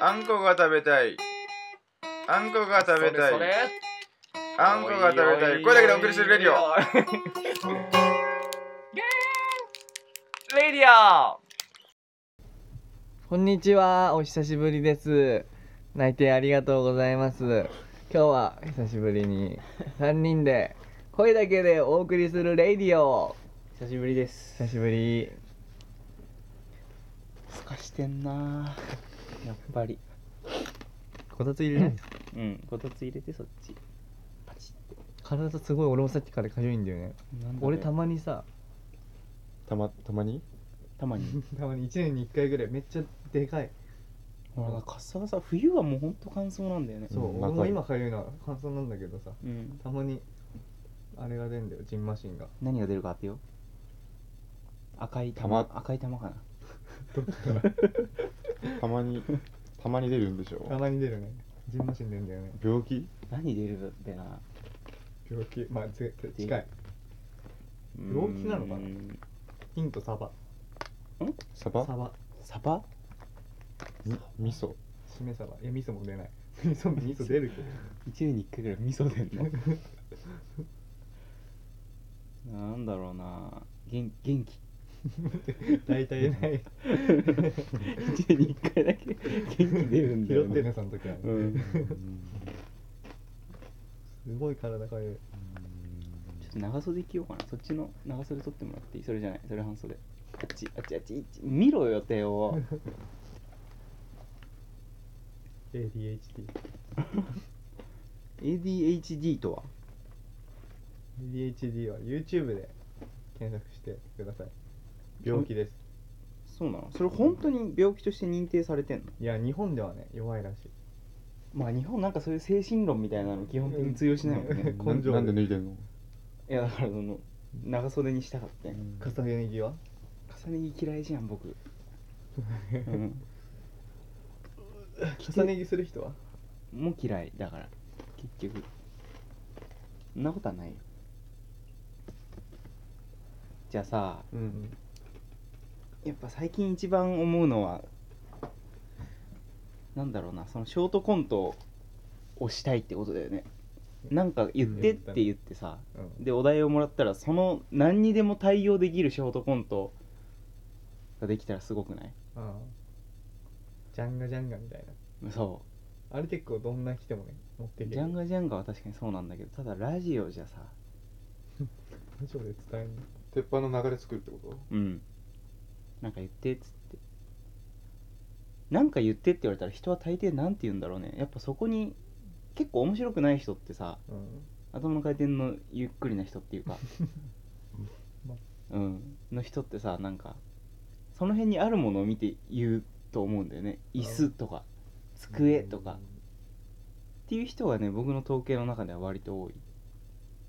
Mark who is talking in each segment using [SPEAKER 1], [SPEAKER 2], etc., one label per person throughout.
[SPEAKER 1] あんこが食べたいあんこが食べたい
[SPEAKER 2] それ
[SPEAKER 1] あんこが食べたいこれだけでお送りするレディオ
[SPEAKER 2] オレディオ
[SPEAKER 3] こんにちは、お久しぶりです。内定ありがとうございます。今日は久しぶりに3人で声だけでお送りするレイディオ。
[SPEAKER 4] 久しぶりです
[SPEAKER 3] 久しぶり。
[SPEAKER 4] すかしてんなやっぱり
[SPEAKER 3] こたつ入れないですか
[SPEAKER 4] うんこたつ入れてそっちパチって
[SPEAKER 3] 体すごい俺もさっきからかゆいんだよね。
[SPEAKER 4] なんだ
[SPEAKER 3] 俺
[SPEAKER 4] これ
[SPEAKER 3] たまにさ、
[SPEAKER 5] たまたまに
[SPEAKER 4] たまに
[SPEAKER 3] たまに1年に1回ぐらいめっちゃでかい。
[SPEAKER 4] ほらカサカサ冬はもうほんと乾燥なんだよね
[SPEAKER 3] そう、
[SPEAKER 5] うん
[SPEAKER 3] 俺
[SPEAKER 5] わ
[SPEAKER 3] も
[SPEAKER 5] かる
[SPEAKER 3] 今かゆいのは感想なんだけどさ、
[SPEAKER 4] うん
[SPEAKER 3] たまにあれが出んだよ、ジンマシ ンが。
[SPEAKER 4] 何が出るか当てよう赤い玉
[SPEAKER 5] 玉
[SPEAKER 4] 赤い玉かな
[SPEAKER 5] たまにたまに出るんでしょ
[SPEAKER 3] たまに出るね。ジンマシン出んだよね。
[SPEAKER 5] 病気
[SPEAKER 4] 何出るべな
[SPEAKER 3] 病気、まあ、ぜ近い。病気なのかな
[SPEAKER 4] うん
[SPEAKER 3] ヒントサバ。
[SPEAKER 5] サ
[SPEAKER 3] サ
[SPEAKER 5] バ
[SPEAKER 3] バ。
[SPEAKER 4] サバ
[SPEAKER 5] み味噌
[SPEAKER 3] しめ鯖いや味噌も出ない味噌味噌出るけど
[SPEAKER 4] 一年に一回ぐらい味噌出 んのなんだろうな元元気
[SPEAKER 3] 大体ない
[SPEAKER 4] 一年に一回だけ元気出るんだ
[SPEAKER 3] 拾
[SPEAKER 4] よ、
[SPEAKER 3] ってねその時は、
[SPEAKER 4] う
[SPEAKER 3] す
[SPEAKER 4] ん、
[SPEAKER 3] ごい体かゆ
[SPEAKER 4] ちょっと長袖着ようかなそっちの長袖取ってもらっていいそれじゃないそれ半袖あっちあっちあっちいっち見ろよ手を
[SPEAKER 3] い ADHD
[SPEAKER 4] ADHD とは
[SPEAKER 3] ADHD は YouTube で検索してください病気です
[SPEAKER 4] そうなのそれ本当に病気として認定されてんの
[SPEAKER 3] いや日本ではね弱いらしい
[SPEAKER 4] まあ日本なんかそういう精神論みたいなの基本的に通用しないもんね、
[SPEAKER 3] 根性で
[SPEAKER 5] ななんで脱いでんの
[SPEAKER 4] いやだからその長袖にしたかったよ
[SPEAKER 3] 重ね着は
[SPEAKER 4] 重ね着嫌いじゃん僕、うん、
[SPEAKER 3] 重ね着する人は
[SPEAKER 4] もう嫌いだから結局そんなことはないよじゃあさ
[SPEAKER 3] うん
[SPEAKER 4] やっぱ最近一番思うのはなんだろうなそのショートコントをしたいってことだよねなんか言ってって言ってさ
[SPEAKER 3] うん
[SPEAKER 4] でお題をもらったらその何にでも対応できるショートコントができたらすごくない
[SPEAKER 3] ああジャンガジャンガみたいな
[SPEAKER 4] そ
[SPEAKER 3] あれ結構どんな人もね持って
[SPEAKER 4] う
[SPEAKER 3] いけ
[SPEAKER 4] ジ
[SPEAKER 3] る
[SPEAKER 4] ャンガジャンガは確かにそうなんだけどただラジオじゃさ
[SPEAKER 3] ラジオで伝えるの
[SPEAKER 5] 鉄板の流れ作るってこと
[SPEAKER 4] うんなんか言ってっつってなんか言ってって言われたら人は大抵なんて言うんだろうねやっぱそこに結構面白くない人ってさ
[SPEAKER 3] うん
[SPEAKER 4] 頭の回転のゆっくりな人っていうか
[SPEAKER 3] ま
[SPEAKER 4] うんの人ってさなんかその辺にあるものを見て言うと思うんだよね椅子とか机とかっていう人がね僕の統計の中では割と多い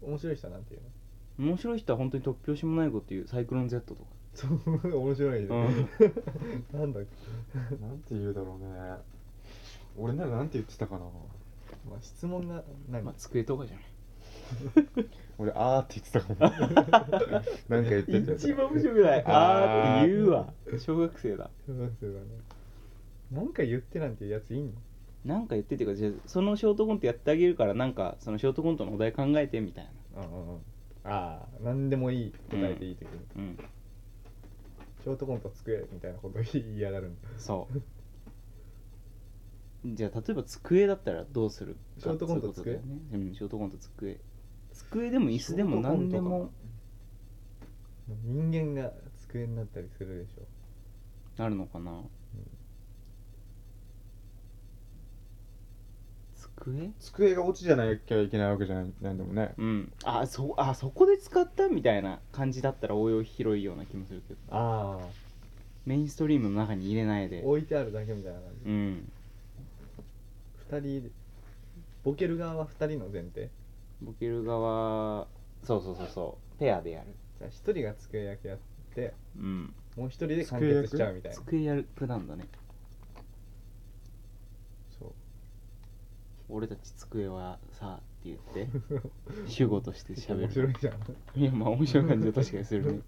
[SPEAKER 3] 面白い人はなんていうの
[SPEAKER 4] 面白い人は本当に突拍子もないこと言うサイクロン Z とか、
[SPEAKER 3] そう面白
[SPEAKER 4] う
[SPEAKER 3] い、
[SPEAKER 4] ん、
[SPEAKER 3] なんだ
[SPEAKER 5] なんて言うだろうね俺ならなんて言ってたかな
[SPEAKER 3] まあ、質問が何、
[SPEAKER 4] まあ机とかじゃない
[SPEAKER 5] 俺あーって言ってたかもなんか言ってたやつ
[SPEAKER 4] 一番面白くないあーって言うわ 小学生だ
[SPEAKER 3] そうそうだねなんか言ってなんていうやついんの
[SPEAKER 4] なんか言っててかじゃあそのショートコントやってあげるからなんかそのショートコントのお題考えてみたいな
[SPEAKER 3] ああああ何でもいい答えていい時に、
[SPEAKER 4] うん
[SPEAKER 3] ショートコント作れみたいなこと言いやがるんだ
[SPEAKER 4] そうじゃあ例えば机だったらどうするか
[SPEAKER 3] ショートコント
[SPEAKER 4] そういうことだよねうんショートコント机机でも椅子でも
[SPEAKER 5] ショートコントか
[SPEAKER 4] 何でも
[SPEAKER 3] 人間が机になったりするでしょ
[SPEAKER 4] なるのかな、机
[SPEAKER 5] 机が落ちじゃなきゃいけないわけじゃないなんでもね
[SPEAKER 4] うんあそあそこで使ったみたいな感じだったら応用広いような気もするけど
[SPEAKER 3] ああ
[SPEAKER 4] メインストリームの中に入れないで
[SPEAKER 3] 置いてあるだけみたいな感じ
[SPEAKER 4] うん
[SPEAKER 3] 二人でボケる側は二人の前提
[SPEAKER 4] ボケる側そうそうそうそうペアでやる
[SPEAKER 3] じゃあ一人が机役やって
[SPEAKER 4] うん
[SPEAKER 3] もう一人で完結しちゃうみたいな
[SPEAKER 4] 机やるプなんだね
[SPEAKER 3] そう
[SPEAKER 4] 俺たち机はさって言って 主語として喋
[SPEAKER 3] 面白
[SPEAKER 4] る
[SPEAKER 3] いじゃん
[SPEAKER 4] いやまあ面白い感じは確かにするね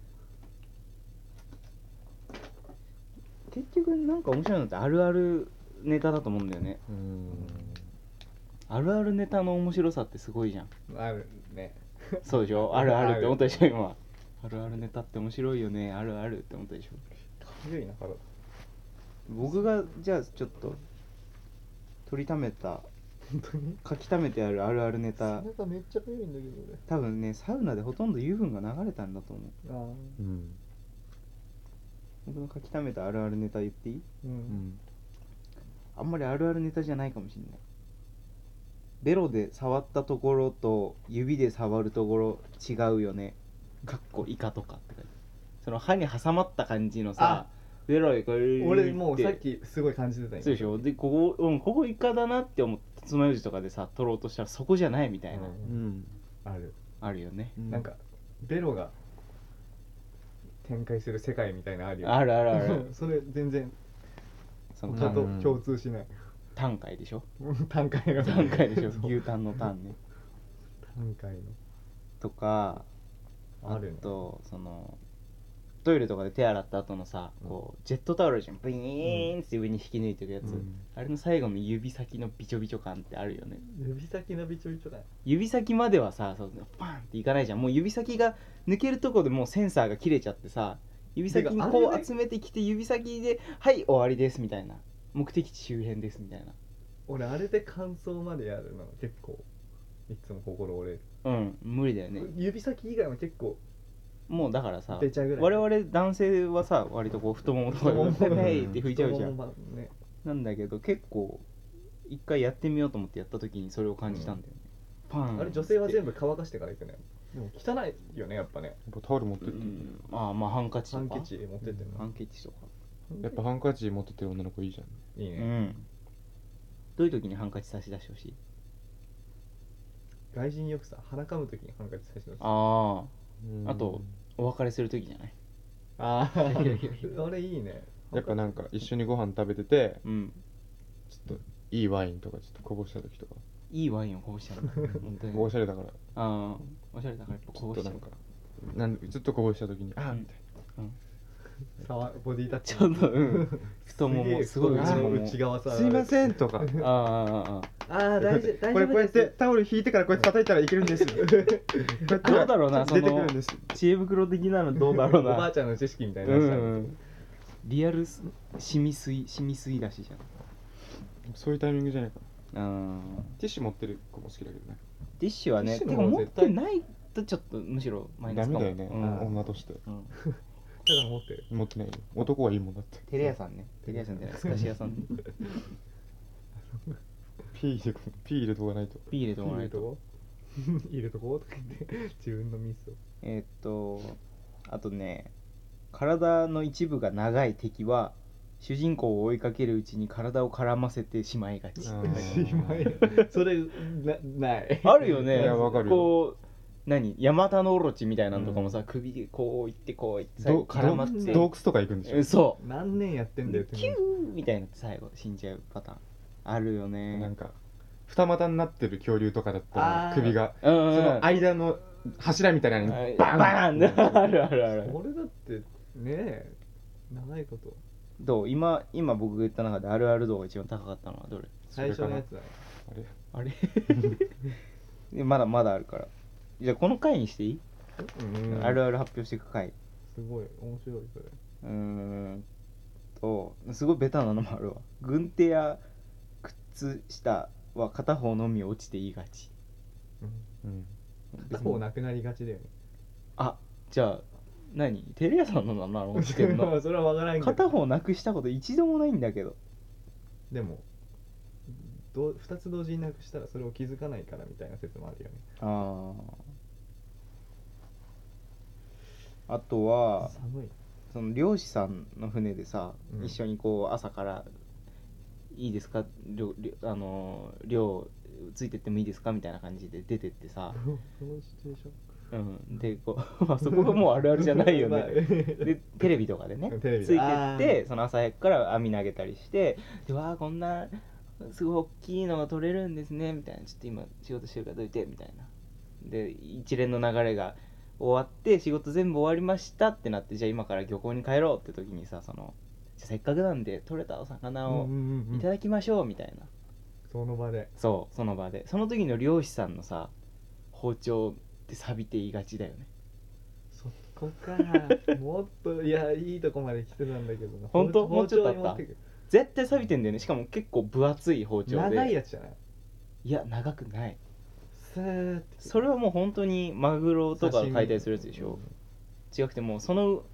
[SPEAKER 4] 結局なんか面白いのってあるあるネタだと思うんだよね
[SPEAKER 5] うん
[SPEAKER 4] あるあるネタの面白さってすごいじゃん
[SPEAKER 3] あるね
[SPEAKER 4] そうでしょあるあるって思ったでしょ
[SPEAKER 3] ある
[SPEAKER 4] 今あるあるネタって面白いよねあるあるって思ったでしょ
[SPEAKER 3] かゆいな腹
[SPEAKER 4] 僕がじゃあちょっと取りためた
[SPEAKER 5] 本当に
[SPEAKER 4] 書きためてあるあるあるネタ
[SPEAKER 3] 背中めっちゃかゆいんだけ
[SPEAKER 4] 多分ねサウナでほとんど油分が流れたんだと思う
[SPEAKER 3] ど俺あ
[SPEAKER 5] うん
[SPEAKER 4] 僕の書きためたあるあるネタ言っていい
[SPEAKER 3] あう
[SPEAKER 5] うんん
[SPEAKER 4] あんまりあるあるネタじゃないかもしれないベロで触ったところと指で触るところ違うよねかっこイカとかって書いてあるその歯に挟まった感じのさベロでこれ
[SPEAKER 3] 俺もうさっきすごい感じてたよ
[SPEAKER 4] そうでしょでここ、うん、ここイカだなって思って爪楊枝とかでさ取ろうとしたらそこじゃないみたいな、
[SPEAKER 5] う
[SPEAKER 3] うん
[SPEAKER 5] ん
[SPEAKER 3] ある
[SPEAKER 4] あるよね、
[SPEAKER 3] なんかベロが展開する世界みたいなのあるよね
[SPEAKER 4] あるあるあ
[SPEAKER 3] う
[SPEAKER 4] る
[SPEAKER 3] んそれ全然
[SPEAKER 4] その
[SPEAKER 3] 他
[SPEAKER 4] 単
[SPEAKER 3] と共通しない
[SPEAKER 4] 単回でしょ
[SPEAKER 3] 単回の
[SPEAKER 4] 単回でしょ
[SPEAKER 3] そう
[SPEAKER 4] 牛タンのタンね
[SPEAKER 3] 単回の
[SPEAKER 4] とか
[SPEAKER 3] あ
[SPEAKER 4] あ
[SPEAKER 3] るね
[SPEAKER 4] とそのトイレとかで手洗った後のさ、こうジェットタオルじゃんブイーンって上に引き抜いてるやつ、
[SPEAKER 5] うん
[SPEAKER 4] あれの最後の指先のビチョビチョ感ってあるよね
[SPEAKER 3] 指先のびちょびちょだよ
[SPEAKER 4] 指先まではさそのパンっていかないじゃんもう指先が抜けるとこでもうセンサーが切れちゃってさ指先に
[SPEAKER 3] てかあ
[SPEAKER 4] こ
[SPEAKER 3] れ
[SPEAKER 4] う
[SPEAKER 3] ね
[SPEAKER 4] 集めてきて指先で「はい終わりです」みたいな目的地周辺ですみたいな
[SPEAKER 3] 俺あれで乾燥までやるの結構いつも心折れる、
[SPEAKER 4] うん無理だよね
[SPEAKER 3] 指先以外は結構
[SPEAKER 4] もうだからさ
[SPEAKER 3] 出ちゃうぐらい
[SPEAKER 4] 我々男性はさ割とこう 太ももとかで 「ペペイって拭いちゃうじゃん
[SPEAKER 3] 太ももまでね
[SPEAKER 4] なんだけど結構一回やってみようと思ってやった時にそれを感じたんだよね、パン
[SPEAKER 3] あれ女性は全部乾かしてから行くねでも汚いよねやっぱね
[SPEAKER 5] やっぱタオル持ってっ
[SPEAKER 4] う
[SPEAKER 5] ていい
[SPEAKER 4] んまあまあハンカチと
[SPEAKER 3] ハ
[SPEAKER 4] か
[SPEAKER 3] ンケチ持ってってん
[SPEAKER 4] ハ
[SPEAKER 3] の
[SPEAKER 4] ンケチとか
[SPEAKER 5] やっぱハンカチ持ってってる女の子いいじゃん
[SPEAKER 3] いいうね
[SPEAKER 4] んどういう時にハンカチ差し出してほしい
[SPEAKER 3] 外人よくさ鼻かむ時にハンカチ最初
[SPEAKER 4] ああ
[SPEAKER 5] うん
[SPEAKER 4] あとお別れする時じゃない
[SPEAKER 3] あ ああれいいね
[SPEAKER 5] やっぱなんか一緒にご飯食べてて
[SPEAKER 4] うん
[SPEAKER 5] ちょっといいワインとかちょっとこぼした時とか
[SPEAKER 4] いいワインをこぼしちゃう本当に
[SPEAKER 5] おしゃれだから
[SPEAKER 4] ああおしゃれだからやっぱ
[SPEAKER 5] ち
[SPEAKER 4] こ
[SPEAKER 5] ょっと
[SPEAKER 4] ぼしち
[SPEAKER 5] な
[SPEAKER 4] ゃうん
[SPEAKER 5] かなんずっとこぼした時にあーみたい
[SPEAKER 3] 触ボディタッチ
[SPEAKER 4] ちょっとうん太ももすごい
[SPEAKER 3] 内
[SPEAKER 4] 内もも
[SPEAKER 3] 内側さ
[SPEAKER 5] なすいませんとか
[SPEAKER 4] あああああ
[SPEAKER 3] あー大丈夫大
[SPEAKER 5] これ
[SPEAKER 3] 丈
[SPEAKER 5] こう
[SPEAKER 3] 夫
[SPEAKER 5] や
[SPEAKER 3] で
[SPEAKER 5] って
[SPEAKER 3] す
[SPEAKER 5] タオル引いてからこうやって叩いたらいけるんですこやったら
[SPEAKER 4] どうだろうなその
[SPEAKER 5] 出てくるんです
[SPEAKER 4] あ知恵袋的なのどうだろ
[SPEAKER 3] お
[SPEAKER 4] うな
[SPEAKER 3] ば あちゃんの知識みたいな
[SPEAKER 4] う
[SPEAKER 3] やつだね
[SPEAKER 4] んリアルすしみすいしみすいだしじ
[SPEAKER 5] そういうタイミングじゃないかな
[SPEAKER 4] ゃんうん
[SPEAKER 5] ティッシュ持ってる子も好きだけどね
[SPEAKER 4] ティッシュはね
[SPEAKER 3] ティ
[SPEAKER 4] て
[SPEAKER 3] ッシュ
[SPEAKER 4] か
[SPEAKER 3] の方
[SPEAKER 4] 持っ
[SPEAKER 3] が絶対
[SPEAKER 4] てないとちょっとむしろマイナ
[SPEAKER 5] ダ
[SPEAKER 4] スかも
[SPEAKER 5] メだよね、
[SPEAKER 4] うん
[SPEAKER 5] 女として
[SPEAKER 4] うん
[SPEAKER 3] だから持ってる
[SPEAKER 5] 持ってないよ男はいいもんだ って
[SPEAKER 4] テレ屋さんねテレ屋さんじゃないすかし屋さんね
[SPEAKER 5] ピー入れとピー入れとかないと
[SPEAKER 4] ピー入れても
[SPEAKER 3] 入
[SPEAKER 4] らえ
[SPEAKER 3] れ
[SPEAKER 4] る
[SPEAKER 3] と
[SPEAKER 4] と
[SPEAKER 3] こ入れとこうとか言って自分のミスを
[SPEAKER 4] えーっとあとね体の一部が長い敵は主人公を追いかけるうちに体を絡ませてしまいがち
[SPEAKER 5] あ
[SPEAKER 3] しまいそれなない
[SPEAKER 4] あるよね
[SPEAKER 5] いやわかるよ
[SPEAKER 4] こう何山田のオロチみたいなのとかもさ、首でこういってこういって最後
[SPEAKER 5] ど
[SPEAKER 4] 絡まって
[SPEAKER 5] ど洞窟とか行くんでし
[SPEAKER 4] え
[SPEAKER 5] ょ
[SPEAKER 4] そ
[SPEAKER 3] 何年やってんだよっ
[SPEAKER 4] う
[SPEAKER 3] て
[SPEAKER 4] キューみたいになって最後死んじゃうパターンあるよね
[SPEAKER 5] なんか二股になってる恐竜とかだった
[SPEAKER 3] あ
[SPEAKER 5] ら
[SPEAKER 3] ー
[SPEAKER 5] 首が
[SPEAKER 4] うん
[SPEAKER 5] そ
[SPEAKER 4] うんうん
[SPEAKER 5] の間の柱みたいなの
[SPEAKER 4] はい
[SPEAKER 5] にバーン
[SPEAKER 4] バーン あるあるある
[SPEAKER 3] 俺だってねえ長いこと
[SPEAKER 4] どう今今僕が言った中であるある度が一番高かったのはどれ
[SPEAKER 5] そ
[SPEAKER 3] 最
[SPEAKER 5] れ
[SPEAKER 3] 初
[SPEAKER 5] か
[SPEAKER 3] の
[SPEAKER 5] な
[SPEAKER 3] やつだね
[SPEAKER 5] あれ
[SPEAKER 4] あれで まだまだあるからじゃあこの回にしていい、
[SPEAKER 3] うん
[SPEAKER 4] あるある発表していく回
[SPEAKER 3] すごい面白いそれ
[SPEAKER 4] うーんとすごいベタなのもあるわ軍手や靴下は片方のみ落ちていいがち
[SPEAKER 5] うん
[SPEAKER 3] 片方なくなりがちだよね
[SPEAKER 4] あじゃあ何テレ屋さんのなの落ちてん
[SPEAKER 3] ま
[SPEAKER 4] の
[SPEAKER 3] あそれは分からんけど
[SPEAKER 4] 片方なくしたこと一度もないんだけど
[SPEAKER 3] でもど2つ同時になくしたらそれを気づかないからみたいな説もあるよね
[SPEAKER 4] あああとは
[SPEAKER 3] 寒い
[SPEAKER 4] その漁師さんの船でさ、
[SPEAKER 3] うん
[SPEAKER 4] 一緒にこう朝から「いいですか漁漁あのー漁ついてってもいいですか?」みたいな感じで出てってさ、
[SPEAKER 3] そのシチュエーション
[SPEAKER 4] うん、でこう まあそこがもうあるあるじゃないよ
[SPEAKER 3] まあ
[SPEAKER 4] ね。 でテレビとかでね
[SPEAKER 3] テレビで
[SPEAKER 4] ついて
[SPEAKER 3] あ
[SPEAKER 4] って
[SPEAKER 3] ー
[SPEAKER 4] その朝早くから網投げたりして「でわあこんなすごい大きいのが取れるんですね」みたいな「ちょっと今仕事してるからどいて」みたいな。で一連の流れが終わって仕事全部終わりましたってなってじゃあ今から漁港に帰ろうって時にさそのじゃあせっかくなんで取れたお魚を
[SPEAKER 3] うんうんうん
[SPEAKER 4] いただきましょうみたいな、
[SPEAKER 3] その場で
[SPEAKER 4] そうその場でその時の漁師さんのさ包丁って錆びていがちだよね
[SPEAKER 3] そこかもっといやいいとこまで来てたんだけどな
[SPEAKER 4] 本当
[SPEAKER 3] 包
[SPEAKER 4] も
[SPEAKER 3] 丁
[SPEAKER 4] うちょっとあった
[SPEAKER 3] 包丁に持て
[SPEAKER 4] 絶対錆びてんだよねしかも結構分厚い包
[SPEAKER 3] く
[SPEAKER 4] 丁で
[SPEAKER 3] 長いやつじゃない
[SPEAKER 4] いや長くない
[SPEAKER 3] スーって
[SPEAKER 4] それはもう本当にマグロとかが解体するやつでしょ違くてもうその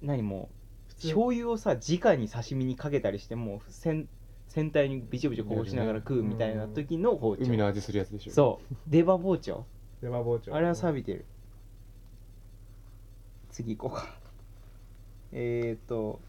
[SPEAKER 4] 何もう
[SPEAKER 3] 通
[SPEAKER 4] 醤油をさ直に刺身にかけたりしてもう先先体にビチョビチョこぼしながら食うみたいな時の包丁
[SPEAKER 5] 海の味するやつでしょ
[SPEAKER 4] そう出刃包丁
[SPEAKER 3] 出刃包丁
[SPEAKER 4] あれは錆
[SPEAKER 3] び
[SPEAKER 4] びてる次行こうかえー、っと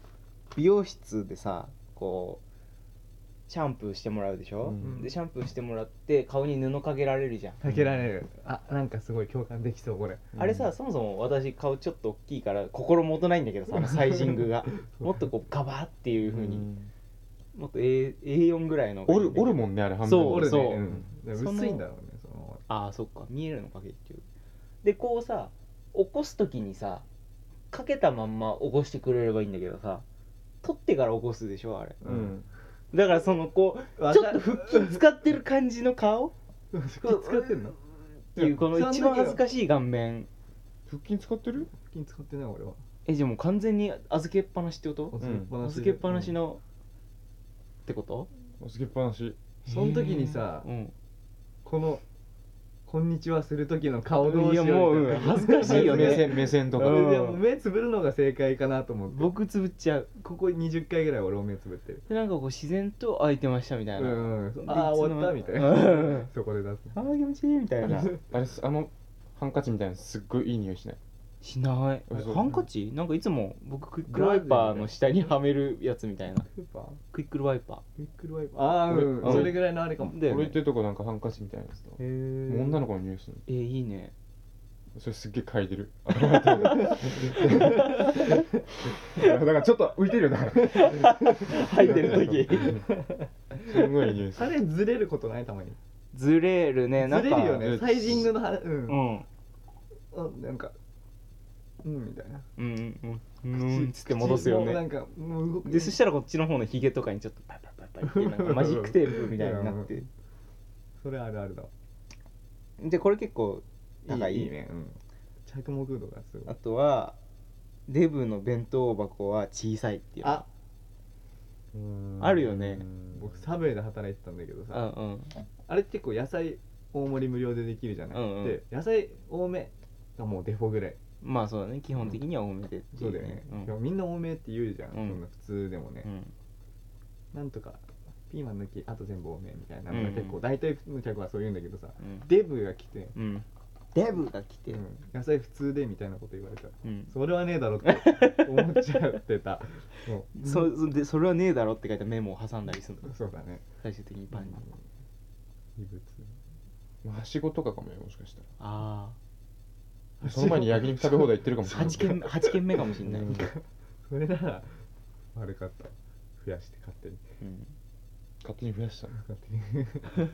[SPEAKER 4] 美容室でさこうシャンプーしてもらうでしょ、
[SPEAKER 3] ん
[SPEAKER 4] でシャンプーしてもらって顔に布かけられるじゃん
[SPEAKER 3] かけられるあなんかすごい共感できそうこれ
[SPEAKER 4] あれさそもそも私顔ちょっと大きいから心もとないんだけどさあのサイジング がもっとこうガバっていうふうに、もっと A A4 ぐらいの
[SPEAKER 5] 折る折る
[SPEAKER 4] ん
[SPEAKER 5] もんねあれ半分
[SPEAKER 4] そう
[SPEAKER 3] 俺
[SPEAKER 4] そう
[SPEAKER 3] ねうん
[SPEAKER 4] その
[SPEAKER 3] 薄いんだろうねその
[SPEAKER 4] ああそっか見えるのか結局でこうさ起こす時にさかけたまんま起こしてくれればいいんだけどさ取ってから起こすでしょあれ
[SPEAKER 3] うん
[SPEAKER 4] だからそのこう
[SPEAKER 3] わ
[SPEAKER 4] ちょ
[SPEAKER 3] か
[SPEAKER 4] っと腹筋使ってる感じの顔
[SPEAKER 3] 腹筋使ってんの
[SPEAKER 4] っていうこの一番恥ずかしい顔面
[SPEAKER 5] 腹筋使ってる
[SPEAKER 3] 腹筋使ってない俺は
[SPEAKER 4] えじゃあもう完全に預けっぱなしってこと
[SPEAKER 3] 預けっぱなし
[SPEAKER 4] 預けっぱなしの、ってこと
[SPEAKER 5] つけっぱなし
[SPEAKER 3] その時にさ
[SPEAKER 4] うん
[SPEAKER 3] この「こんにちは」する時の顔同
[SPEAKER 4] い
[SPEAKER 3] 士
[SPEAKER 4] やも
[SPEAKER 3] を
[SPEAKER 4] ううん 恥ずかしいよ
[SPEAKER 5] 目
[SPEAKER 4] ね
[SPEAKER 5] 線目線とか
[SPEAKER 4] うん
[SPEAKER 3] でも目つぶるのが正解かなと思って
[SPEAKER 4] 僕つぶっちゃう
[SPEAKER 3] ここ20回ぐらい俺も目つぶってる
[SPEAKER 4] でなんかこう自然と開いてましたみたいな、
[SPEAKER 3] うんうん
[SPEAKER 4] で
[SPEAKER 3] ああ
[SPEAKER 4] いつの
[SPEAKER 3] 終わったみたい
[SPEAKER 4] うん
[SPEAKER 3] なそこで出す
[SPEAKER 4] あー気持ちいいみたいな
[SPEAKER 5] あれあのハンカチみたいなのすっごいいい匂いしない
[SPEAKER 4] しないあれ
[SPEAKER 5] 嘘
[SPEAKER 4] ハンカチなんかいつも僕クイックルワイパーの下にはめるやつみたいな
[SPEAKER 3] クーパー
[SPEAKER 4] クイックルワイパ
[SPEAKER 3] クイックルワイパーああうん
[SPEAKER 5] うん
[SPEAKER 3] それぐらいのあれかも
[SPEAKER 4] ーだよ、
[SPEAKER 5] 俺
[SPEAKER 4] ね
[SPEAKER 5] 行っ、てるとこなんかハンカチみたいなやつと
[SPEAKER 3] へ
[SPEAKER 5] もう
[SPEAKER 3] え
[SPEAKER 5] 女の子の匂いする
[SPEAKER 4] えー、いいね
[SPEAKER 5] のそれすっげえ嗅いでる だからちょっと浮いてるよな
[SPEAKER 4] 入ってる時
[SPEAKER 5] すんごいいい匂いす
[SPEAKER 3] あ
[SPEAKER 5] る
[SPEAKER 3] れずれることないたまに
[SPEAKER 4] ずれるね
[SPEAKER 3] ず
[SPEAKER 4] なん
[SPEAKER 3] れ
[SPEAKER 4] か
[SPEAKER 3] るよね
[SPEAKER 5] なんか
[SPEAKER 3] サイジングのはうん
[SPEAKER 4] うん
[SPEAKER 3] うんなんかうんみたいな
[SPEAKER 4] うんうんうんうんつって戻すよ
[SPEAKER 3] 口もうな
[SPEAKER 4] ね
[SPEAKER 3] んかもう動く
[SPEAKER 4] でそしたらこっちの方のヒゲとかにちょっとパイパイパイパイってなんかマジックテープみたいになっ
[SPEAKER 3] う
[SPEAKER 4] て
[SPEAKER 3] それあるあるだ
[SPEAKER 4] でこれ結構高い
[SPEAKER 3] いいねうん着目度がすご
[SPEAKER 4] あ
[SPEAKER 3] い
[SPEAKER 4] とはデブの弁当箱は小さいっていう
[SPEAKER 3] あ
[SPEAKER 4] あるよね
[SPEAKER 3] 僕サブウェイで働いてたんだけど
[SPEAKER 4] うん
[SPEAKER 3] さ
[SPEAKER 4] うん
[SPEAKER 3] あれって結構野菜大盛り無料でできるじゃない、
[SPEAKER 4] うんうん
[SPEAKER 3] で野菜多めがもうデフォぐらい
[SPEAKER 4] まあそうだね基本的には多めでってい
[SPEAKER 3] そう
[SPEAKER 4] う
[SPEAKER 3] だよね
[SPEAKER 4] ね、うん
[SPEAKER 3] でもみんな多めって言うじゃん、
[SPEAKER 4] うん
[SPEAKER 3] そんな普通でもね
[SPEAKER 4] う、ん
[SPEAKER 3] なんとかピーマン抜きあと全部多めみたいなの
[SPEAKER 4] うん
[SPEAKER 3] が
[SPEAKER 4] うん
[SPEAKER 3] 結構大体の客はそう言うんだけどさ、
[SPEAKER 4] うん
[SPEAKER 3] デブが来て、
[SPEAKER 4] うんデブが来て
[SPEAKER 3] うん野菜普通でみたいなこと言われたら
[SPEAKER 4] うん
[SPEAKER 3] それはねえだろって思っちゃって たも
[SPEAKER 4] そそでそれはねえだろって書いたメモを挟んだりするの
[SPEAKER 3] うそうだね
[SPEAKER 4] 最終的にパンに
[SPEAKER 3] 異物
[SPEAKER 5] まあはしごとかかもよもしかした
[SPEAKER 4] あ
[SPEAKER 5] らその前に焼肉食べ放題行ってるか
[SPEAKER 4] あ
[SPEAKER 5] もしれない
[SPEAKER 4] 8軒目8軒目かもしんない、
[SPEAKER 5] うん
[SPEAKER 3] それなら悪かった増やして勝手に
[SPEAKER 4] うん
[SPEAKER 5] 勝手に増やしたの
[SPEAKER 3] 勝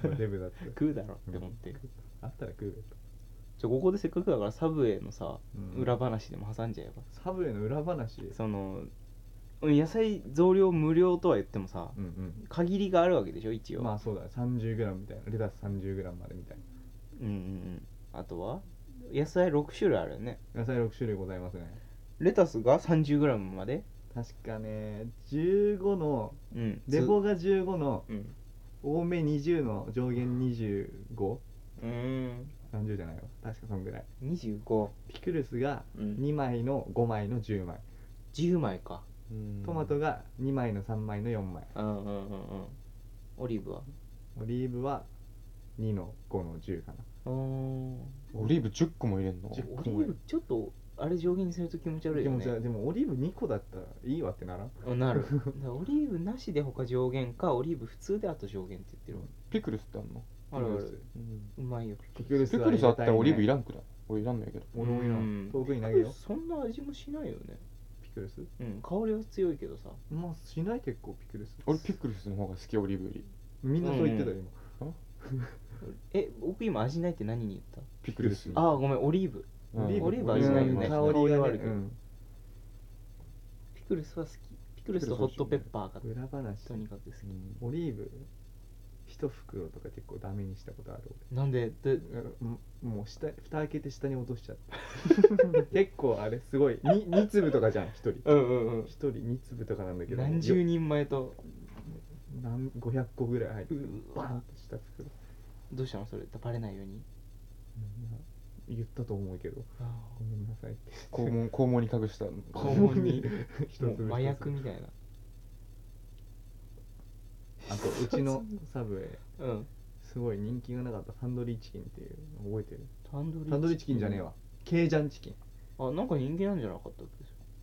[SPEAKER 3] 手 にデブだった
[SPEAKER 4] 食うだろって思ってじ
[SPEAKER 3] あったら食うよ
[SPEAKER 4] ゃここでせっかくだからサブウェイのさ、
[SPEAKER 3] うん
[SPEAKER 4] 裏話でも挟んじゃえば
[SPEAKER 3] サブウェイの裏話
[SPEAKER 4] そのうん野菜増量無料とは言ってもさ、
[SPEAKER 3] うん
[SPEAKER 4] 限りがあるわけでしょ一
[SPEAKER 3] うん
[SPEAKER 4] 応、
[SPEAKER 3] まあそうだね 30g みたいなレタス 30g までみたい
[SPEAKER 4] うんうんうんあとは野菜6種類あるよね
[SPEAKER 3] な野菜6種類ございますね
[SPEAKER 4] レタスが 30g まで
[SPEAKER 3] 確かね15の
[SPEAKER 4] うん
[SPEAKER 3] デフォが15の
[SPEAKER 4] うん
[SPEAKER 3] 多め20の上限2530
[SPEAKER 4] うーん
[SPEAKER 3] じゃないわ確かそんぐらい
[SPEAKER 4] 2510
[SPEAKER 3] ピクルスが
[SPEAKER 4] うん
[SPEAKER 3] 2枚の5枚の10枚
[SPEAKER 4] 枚か
[SPEAKER 3] トマトが2枚の3枚の4枚
[SPEAKER 4] うんうんうんうんオリーブは
[SPEAKER 3] オリーブは2の5の10かな
[SPEAKER 4] うん
[SPEAKER 5] オリーブ10個も入れんの
[SPEAKER 4] オリーブちょっとあれ上限にすると気持ち悪い
[SPEAKER 3] で
[SPEAKER 4] よ
[SPEAKER 3] も
[SPEAKER 4] ね
[SPEAKER 3] じゃあでもオリーブ2個だったらいいわってならん
[SPEAKER 4] うんなるだからオリーブなしで他上限かオリーブ普通であと上限って言ってる
[SPEAKER 5] ピクルスってあんの、
[SPEAKER 4] わあるあ
[SPEAKER 3] ピクル
[SPEAKER 4] るうまいよ
[SPEAKER 3] ピクルス
[SPEAKER 5] ピ
[SPEAKER 3] は
[SPEAKER 5] クルスあったらオリーブい
[SPEAKER 3] ら
[SPEAKER 5] らんくだ俺いらんのやけど
[SPEAKER 3] 俺もいら
[SPEAKER 4] うん
[SPEAKER 3] ん遠くに投げよう
[SPEAKER 4] そんな味もしないよね
[SPEAKER 3] ピクルス
[SPEAKER 4] うん香りは強いけどさ
[SPEAKER 3] まあしない結構ピクルス
[SPEAKER 5] 俺ピクルスの方が好きオリーブより
[SPEAKER 3] みんなそう言ってたよ今
[SPEAKER 4] え僕今味ないって何に言った
[SPEAKER 5] ピクルスに
[SPEAKER 4] ああごめんオリーブ
[SPEAKER 5] うん
[SPEAKER 4] オリーブは
[SPEAKER 5] うん
[SPEAKER 4] 味ないよね
[SPEAKER 3] 香り
[SPEAKER 4] 香
[SPEAKER 3] が
[SPEAKER 4] りはあ
[SPEAKER 3] ね
[SPEAKER 4] るけど
[SPEAKER 3] うん
[SPEAKER 4] ピクルスは好きピクルスとホットペッパーが
[SPEAKER 3] 裏話
[SPEAKER 4] とにかく好き
[SPEAKER 3] オリーブ一袋とか結構ダメにしたことある
[SPEAKER 4] なんでで
[SPEAKER 3] 俺うんもう下蓋開けて下に落としちゃった 結構あれすごい 2, 2粒とかじゃん1人1
[SPEAKER 4] うんうんうん
[SPEAKER 3] 人2粒とかなんだけど
[SPEAKER 4] 何十人前と
[SPEAKER 3] 何500個ぐらい入ってる
[SPEAKER 4] うわ
[SPEAKER 3] バーンとした袋
[SPEAKER 4] どうしたのそれバレないように
[SPEAKER 3] いや言ったと思うけどごめんなさいって
[SPEAKER 5] 肛門肛門に隠した
[SPEAKER 4] 肛門に
[SPEAKER 3] 一
[SPEAKER 4] も
[SPEAKER 3] 粒
[SPEAKER 4] う麻薬みたいな
[SPEAKER 3] あとうちのサブウェ
[SPEAKER 4] う
[SPEAKER 3] イ
[SPEAKER 4] ん
[SPEAKER 3] すごい人気がなかったタンドリーチキンっていうの覚えてる
[SPEAKER 4] タンドリー
[SPEAKER 3] タンドリーチキンじゃねえわケイジャンチキ
[SPEAKER 4] あなんか人間なんじゃなかったっ
[SPEAKER 3] ン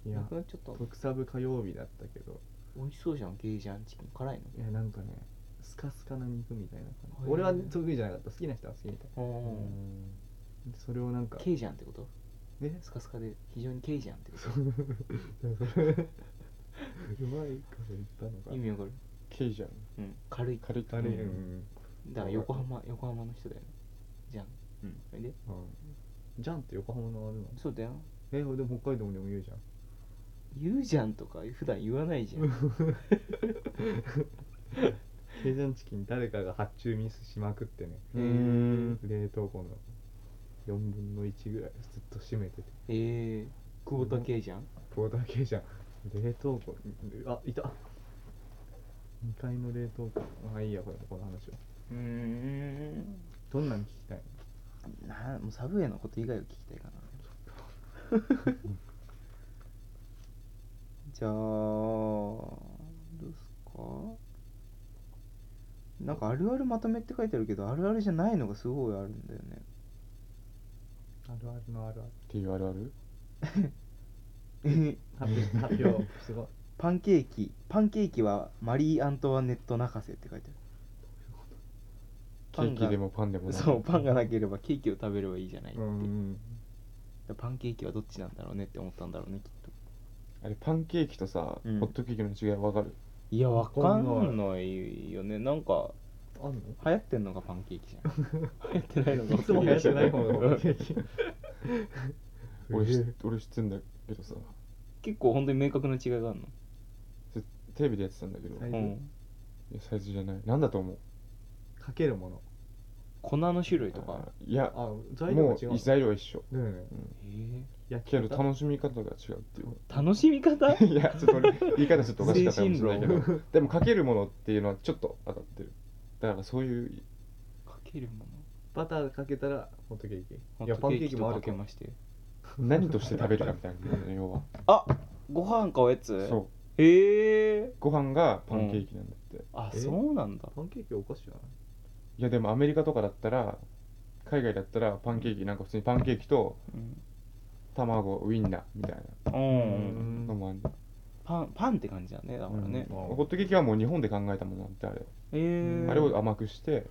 [SPEAKER 4] け
[SPEAKER 3] い
[SPEAKER 4] な
[SPEAKER 3] や
[SPEAKER 4] くなっちゃったの
[SPEAKER 3] 特サブ火曜日だったけど
[SPEAKER 4] 美味しそうじゃんゲージャンチキン辛い
[SPEAKER 3] いやなんかねスカスカな肉みたいな感
[SPEAKER 4] へえ
[SPEAKER 3] じ俺は得意じゃなかった好きな人は好きみたい
[SPEAKER 4] のうん
[SPEAKER 3] それをなんか
[SPEAKER 4] ケイジャンってこと
[SPEAKER 3] ね
[SPEAKER 4] スカスカで非常にケイジャンってこ
[SPEAKER 3] そううまいこと言ったのか
[SPEAKER 4] と意味わかる
[SPEAKER 5] ケイジャン
[SPEAKER 4] うん軽い
[SPEAKER 5] 軽い
[SPEAKER 3] あれうん、
[SPEAKER 4] だから横浜横浜の人だよねじゃん
[SPEAKER 5] うん
[SPEAKER 4] それで
[SPEAKER 3] うんじゃんって横浜のあるの
[SPEAKER 4] そうだよ
[SPEAKER 3] えでも北海道でも言うじゃん
[SPEAKER 4] 言うじゃんとか普段言わないじゃん
[SPEAKER 3] ケイジャンチキン誰かが発注ミスしまくってね
[SPEAKER 4] へー
[SPEAKER 3] 冷凍庫の4分の1ぐらいずっと閉めてて
[SPEAKER 4] ええ久保田ケイジャン
[SPEAKER 3] ボーダー系じゃん冷凍庫あいた2階の冷凍庫まあいいやこれこの話は
[SPEAKER 4] うーん
[SPEAKER 3] どんなの聞きたい
[SPEAKER 4] なもうサブウェイのこと以外を聞きたいかな じゃあどうすかなんかあるあるまとめって書いてあるけどあるあるじゃないのがすごいあるんだよね
[SPEAKER 3] あるあるのある
[SPEAKER 5] っていうあるある
[SPEAKER 3] ある発表発表すごい
[SPEAKER 4] パンケーキパンケーキはマリー・アントワネット泣かせって書いて
[SPEAKER 5] ケーキでもパンで
[SPEAKER 4] あ
[SPEAKER 5] も
[SPEAKER 4] る
[SPEAKER 5] ない
[SPEAKER 4] そうパンがなければケーキを食べればいいじゃないって
[SPEAKER 3] う
[SPEAKER 4] いう、
[SPEAKER 3] ん
[SPEAKER 4] だからパンケーキはどっちなんだろうねって思ったんだろうねきっと
[SPEAKER 5] あれパンケーキとさ、
[SPEAKER 4] うん
[SPEAKER 5] ホットケーキの違いわかる
[SPEAKER 4] いやわか
[SPEAKER 3] かん
[SPEAKER 4] んないよねなんか
[SPEAKER 3] あんの
[SPEAKER 4] 流行ってんのがパンケーキじゃん流行ってないのが
[SPEAKER 3] いつも流行ってない方の パンケーキ
[SPEAKER 5] 俺知
[SPEAKER 3] す
[SPEAKER 5] っ
[SPEAKER 3] げえ
[SPEAKER 5] 俺知ってんだけどさ
[SPEAKER 4] 結構本当に明確な違いがあるの、
[SPEAKER 5] テレビでやってたんだけど、
[SPEAKER 3] サ
[SPEAKER 5] い
[SPEAKER 3] イズ
[SPEAKER 4] うん、
[SPEAKER 5] やサイズじゃないなんだと思う
[SPEAKER 3] かけるもの
[SPEAKER 4] 粉の種類とか
[SPEAKER 5] いや
[SPEAKER 3] あ材料が
[SPEAKER 5] も
[SPEAKER 3] 違う
[SPEAKER 5] う
[SPEAKER 3] の
[SPEAKER 5] 材料は一緒
[SPEAKER 3] だよね
[SPEAKER 4] え
[SPEAKER 3] 焼
[SPEAKER 5] けど
[SPEAKER 3] 方
[SPEAKER 5] 楽しみ方が違うっていう
[SPEAKER 4] え楽しみ方
[SPEAKER 5] いやちょっと俺言い方ちょっとおかしかったかもしれないけ
[SPEAKER 4] 精
[SPEAKER 5] どでもかけるものっていうのはちょっと当たってるだからそういう
[SPEAKER 4] かけるもの
[SPEAKER 3] バターかけたらホットケーキい
[SPEAKER 4] ホ
[SPEAKER 3] や
[SPEAKER 4] ット
[SPEAKER 3] パ
[SPEAKER 4] ケ
[SPEAKER 3] ンケ
[SPEAKER 4] ー
[SPEAKER 3] ー
[SPEAKER 4] キ
[SPEAKER 3] キ
[SPEAKER 4] と
[SPEAKER 3] もあ
[SPEAKER 4] か
[SPEAKER 3] る
[SPEAKER 4] け
[SPEAKER 3] けど
[SPEAKER 4] まして
[SPEAKER 5] 何として食べるかみたいなの要は
[SPEAKER 4] あご飯かおやつ
[SPEAKER 5] そう
[SPEAKER 4] うへえ
[SPEAKER 5] ご飯がパンケーキなんだって、
[SPEAKER 4] あ
[SPEAKER 3] え
[SPEAKER 4] そうなんだ
[SPEAKER 3] パンケーキお菓子じゃない
[SPEAKER 5] いやでもアメリカとかだったら海外だったらパンケーキなんか普通にパンケーキと
[SPEAKER 4] うん、
[SPEAKER 5] 卵ウインナーみたい
[SPEAKER 4] うん
[SPEAKER 5] なのもあるんだ
[SPEAKER 4] パンパンって感じだねだからね、
[SPEAKER 5] うんホットケーキはもう日本で考えたものなんてあれ、
[SPEAKER 4] ええ
[SPEAKER 5] あれを甘くして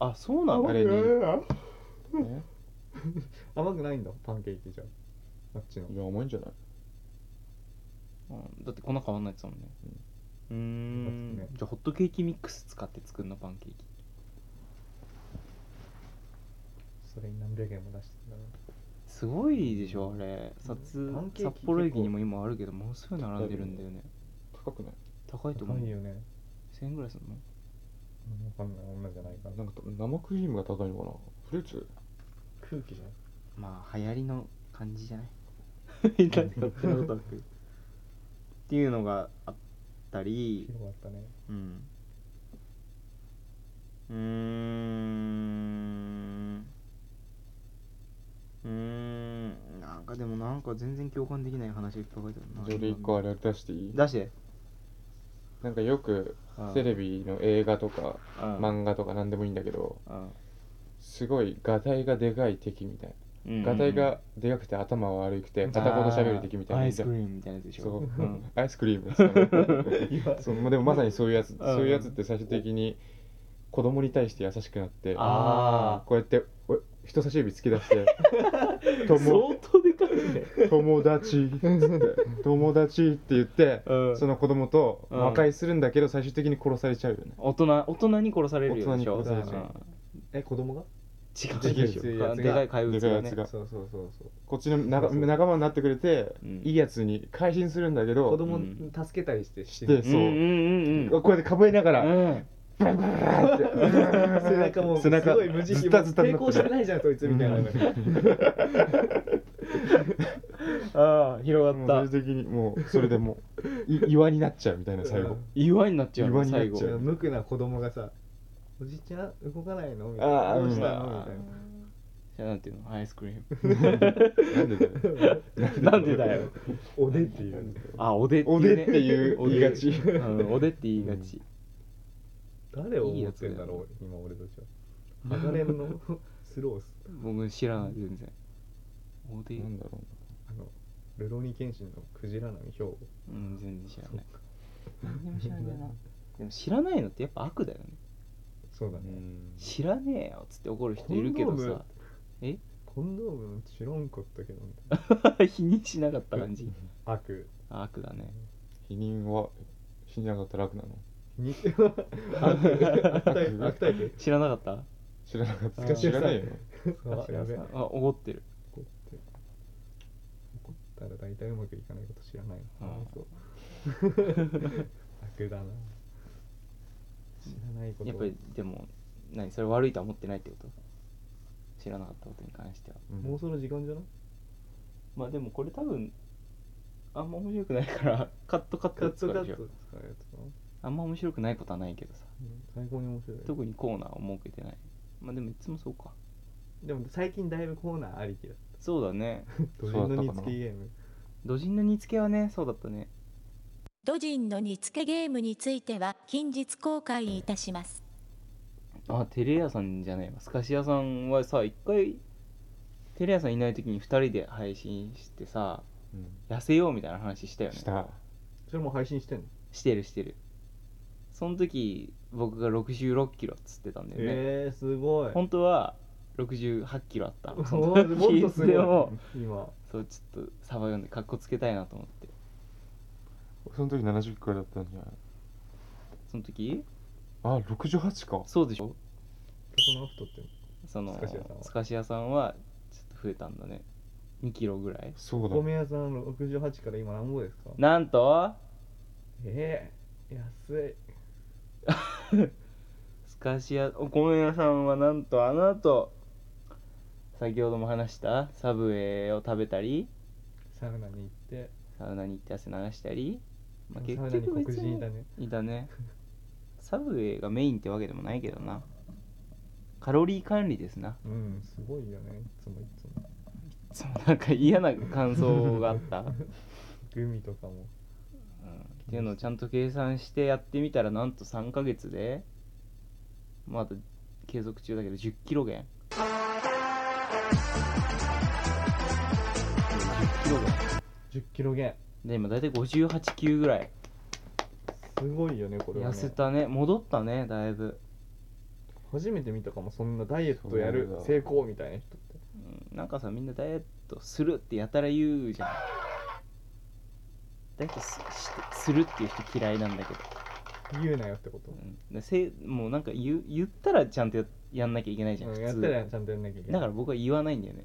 [SPEAKER 4] あそうなの
[SPEAKER 5] あれに、ね、
[SPEAKER 3] 甘くないんだパンケーキじゃんあっちの
[SPEAKER 5] いや甘いんじゃない
[SPEAKER 4] うんだって粉変わんないやつだもんねうーん
[SPEAKER 3] そうですね
[SPEAKER 4] じゃあホットケーキミックス使って作るのパンケーキ
[SPEAKER 3] それに何百円も出してんだな
[SPEAKER 4] すごいでしょあれ札
[SPEAKER 3] パンケーキ
[SPEAKER 4] 札幌駅にも今あるけどものすごい並んでるんだよね
[SPEAKER 5] 高くない
[SPEAKER 4] 高いと思
[SPEAKER 3] 高
[SPEAKER 4] う
[SPEAKER 3] い
[SPEAKER 4] 1000
[SPEAKER 3] よね
[SPEAKER 4] 円ぐらいするの
[SPEAKER 3] わかんない女じゃないか
[SPEAKER 5] な
[SPEAKER 3] ら
[SPEAKER 5] んか生クリームが高いのかなフルーツ
[SPEAKER 3] 空気じゃん
[SPEAKER 4] まあ流行りの感じじ ゃないなんか勝手なこと あるけどっていうのがあったり
[SPEAKER 3] 広がったね
[SPEAKER 4] うんうーんうーんなんかでもなんか全然共感できない話いっぱい書いてある
[SPEAKER 5] じゃあ
[SPEAKER 4] な
[SPEAKER 5] 俺一個あれ出していい
[SPEAKER 4] 出して
[SPEAKER 5] なんかよくテレビの映画とか漫画とか何でもいいんだけどすごいガタイがでかい敵みたいなガタイがでかくて頭悪くて片言喋る敵みたいな
[SPEAKER 4] ア
[SPEAKER 5] い
[SPEAKER 4] イ
[SPEAKER 5] じ
[SPEAKER 4] ス
[SPEAKER 5] ゃ
[SPEAKER 4] ク
[SPEAKER 5] ん
[SPEAKER 4] リームみたいなやつでしょ
[SPEAKER 5] そう、
[SPEAKER 4] ん
[SPEAKER 5] アイスクリームで すね
[SPEAKER 3] 今
[SPEAKER 5] そうまあでもまさにそういうやつ、
[SPEAKER 4] ん
[SPEAKER 5] そういうやつって最終的に子供に対して優しくなって
[SPEAKER 4] あ
[SPEAKER 5] こうやってお人差し指突き出して 「友
[SPEAKER 4] 当でかいね。
[SPEAKER 5] 友達」友達」って言って、
[SPEAKER 4] うん
[SPEAKER 5] その子供と
[SPEAKER 4] うん
[SPEAKER 5] 和解するんだけど最終的に殺されちゃうよね、
[SPEAKER 4] 大人大人に殺されるよでしょ。
[SPEAKER 5] 大人に殺されちゃう
[SPEAKER 4] うん
[SPEAKER 3] え子供が
[SPEAKER 4] 違う
[SPEAKER 5] できる
[SPEAKER 4] でし
[SPEAKER 3] 強い
[SPEAKER 4] ょ
[SPEAKER 3] やつが
[SPEAKER 4] でかい怪物
[SPEAKER 5] でか
[SPEAKER 4] が
[SPEAKER 5] いや
[SPEAKER 4] ね
[SPEAKER 5] つが
[SPEAKER 3] そうそうそうそう
[SPEAKER 5] こっちのな
[SPEAKER 3] そうそう
[SPEAKER 5] 仲間になってくれて、
[SPEAKER 4] うん
[SPEAKER 5] いいやつに改心するんだけど
[SPEAKER 3] 子供に助けたりして死
[SPEAKER 5] で
[SPEAKER 3] ぬ
[SPEAKER 5] そう
[SPEAKER 4] うんうんうんうん
[SPEAKER 5] こうやってかぶえながら、
[SPEAKER 4] うん
[SPEAKER 3] 背中も
[SPEAKER 5] 背
[SPEAKER 3] す
[SPEAKER 5] 中
[SPEAKER 3] ごい無慈
[SPEAKER 5] ズ
[SPEAKER 3] 悲も
[SPEAKER 5] タズタにな
[SPEAKER 3] 抵
[SPEAKER 5] って
[SPEAKER 3] 抗してないじゃんそいつみたいな
[SPEAKER 4] ああ広
[SPEAKER 5] も
[SPEAKER 4] が
[SPEAKER 5] う
[SPEAKER 4] っ
[SPEAKER 5] 最
[SPEAKER 4] た
[SPEAKER 5] 終的にもうそれでもうい 岩になっちゃうみたいな最後
[SPEAKER 4] 岩になっちゃう
[SPEAKER 5] 岩
[SPEAKER 4] の
[SPEAKER 5] になっちゃ
[SPEAKER 4] 最
[SPEAKER 5] う
[SPEAKER 4] 後
[SPEAKER 3] 無垢な子供がさ「おじちゃん動かないの?」みたい
[SPEAKER 5] あ
[SPEAKER 3] な
[SPEAKER 5] あ
[SPEAKER 3] 「どうした
[SPEAKER 5] うん
[SPEAKER 3] の?」みたいな
[SPEAKER 4] じゃあなんていうのアイスクリーム
[SPEAKER 5] なんでだよ
[SPEAKER 4] なんでだよ。
[SPEAKER 3] 「おで」っていう
[SPEAKER 4] あ、おでって
[SPEAKER 5] お
[SPEAKER 4] いう、ね。
[SPEAKER 5] でっていう言いがち
[SPEAKER 4] おで。うん、おでって言いがち。
[SPEAKER 3] 誰を思ってんだろう今俺たちは鋼のスロース
[SPEAKER 4] 僕知らない、全然。おで、
[SPEAKER 5] なんだろ
[SPEAKER 3] あのルローニケンシンのクジラのヒョウ
[SPEAKER 4] うん、全然知らない。何にも知らないな。でも知らないのってやっぱ悪だよね。
[SPEAKER 3] そうだ
[SPEAKER 5] う、う
[SPEAKER 3] ね
[SPEAKER 5] ん
[SPEAKER 4] 知らねえよっつって怒る人いるけど
[SPEAKER 3] コンドー
[SPEAKER 4] さ
[SPEAKER 3] ム。コンドーム知らんかったけどみたいな
[SPEAKER 4] 否認しなかった感じ。
[SPEAKER 3] 悪
[SPEAKER 4] あ悪だね。
[SPEAKER 5] 否認は死になかったら楽なの
[SPEAKER 3] に悪タイプ悪タイプ
[SPEAKER 4] 知らなかっ
[SPEAKER 5] 知らなかっ
[SPEAKER 3] あー
[SPEAKER 5] た知らないよね
[SPEAKER 4] た
[SPEAKER 3] あやべえ
[SPEAKER 4] あ、怒ってる。
[SPEAKER 3] 怒って怒ったら大体うまくいかないこと知らない
[SPEAKER 4] ああ
[SPEAKER 3] そう楽だな知らないこと
[SPEAKER 4] やっぱり、でも、何それ悪いとは思ってないってこと知らなかったことに関しては。
[SPEAKER 5] うん
[SPEAKER 3] 妄想の時間じゃない
[SPEAKER 4] まあでもこれ多分、あんま面白くないから、カットカッ
[SPEAKER 3] カ
[SPEAKER 4] ト
[SPEAKER 3] ッ
[SPEAKER 4] 使
[SPEAKER 3] ト
[SPEAKER 4] う
[SPEAKER 3] カッ
[SPEAKER 4] でしょ
[SPEAKER 3] ト使うやつかな
[SPEAKER 4] あんま面白くないことはないけどさ
[SPEAKER 3] 最高に面白い
[SPEAKER 4] 特にコーナーを設けてないまあでもいつもそうか
[SPEAKER 3] でも最近だいぶコーナーありきだ
[SPEAKER 4] そうだね
[SPEAKER 3] ド
[SPEAKER 5] そう
[SPEAKER 3] ジ
[SPEAKER 5] だった
[SPEAKER 3] ン
[SPEAKER 5] かな
[SPEAKER 3] の煮つけゲーム
[SPEAKER 4] 土人の煮付けはねそうだったね
[SPEAKER 6] ドジンの煮付けゲームについては近日公開いたします。
[SPEAKER 4] あテレ屋さんじゃないわすかし屋さんはさ一回テレ屋さんいない時に2人で配信してさ
[SPEAKER 5] うん
[SPEAKER 4] 痩せようみたいな話したよね
[SPEAKER 5] した
[SPEAKER 3] それもう配信してんの
[SPEAKER 4] してるしてるその時僕が6 6キロっつってたんだよね、
[SPEAKER 3] えー、すごい
[SPEAKER 4] 本当は6 8キロあったのその
[SPEAKER 3] おーもっとすごい
[SPEAKER 4] でも
[SPEAKER 3] 今
[SPEAKER 4] そうちょっとサバ読んでかっこつけたいなと思って
[SPEAKER 5] その時70回だったんじゃない
[SPEAKER 4] その時
[SPEAKER 5] あ68か
[SPEAKER 4] そうでしょ
[SPEAKER 3] そのアフトって
[SPEAKER 4] その
[SPEAKER 3] スカシ屋さんは
[SPEAKER 4] スカシ屋さんはちょっと増えたんだね2キロぐらい
[SPEAKER 5] そう
[SPEAKER 3] お
[SPEAKER 5] だ
[SPEAKER 3] 米屋さん68から今何ぼですか
[SPEAKER 4] なんと
[SPEAKER 3] ええ安い
[SPEAKER 4] スカシ屋お米屋さんはなんとあの後先ほども話したサブウェイを食べたり
[SPEAKER 3] サウナに行って
[SPEAKER 4] サウナに行って汗流したり、まあ、
[SPEAKER 3] サ
[SPEAKER 4] 結
[SPEAKER 3] ウナに
[SPEAKER 4] 局
[SPEAKER 3] 黒
[SPEAKER 4] 別
[SPEAKER 3] 人
[SPEAKER 4] に
[SPEAKER 3] いたね
[SPEAKER 4] いたねサブウェイがメインってわけでもないけどなカロリー管理ですな
[SPEAKER 3] うんすごいよねいつもいつも
[SPEAKER 4] そうなんか嫌な感想があった、うん、っ
[SPEAKER 3] グミとかも
[SPEAKER 4] ていうのをちゃんと計算してやってみたらなんと3ヶ月でまだ継続中だけど1 0キロ減1 0キロ減
[SPEAKER 3] 1 0キロ減
[SPEAKER 4] で今大体58球ぐらい
[SPEAKER 3] すごいよねこれは、
[SPEAKER 4] 痩
[SPEAKER 3] ね
[SPEAKER 4] せ、たね戻ったねだいぶ、
[SPEAKER 3] 初めて見たかもそんなダイエットやる
[SPEAKER 5] そうだ
[SPEAKER 3] 成功みたいな人って
[SPEAKER 4] うん、なんかさみんなダイエットするってやたら言うじゃんダイエットすしてするっていう人嫌いなんだけど
[SPEAKER 3] 言うなよってこと
[SPEAKER 4] うんでせもうなんか言う言ったらちゃんとややんなきゃいけないじゃん、
[SPEAKER 3] うん、
[SPEAKER 4] 普
[SPEAKER 3] やっ
[SPEAKER 4] 通
[SPEAKER 3] たらちゃんとやんなきゃい
[SPEAKER 4] だ
[SPEAKER 3] けな
[SPEAKER 4] か
[SPEAKER 3] い
[SPEAKER 4] ら僕は言わないんだよね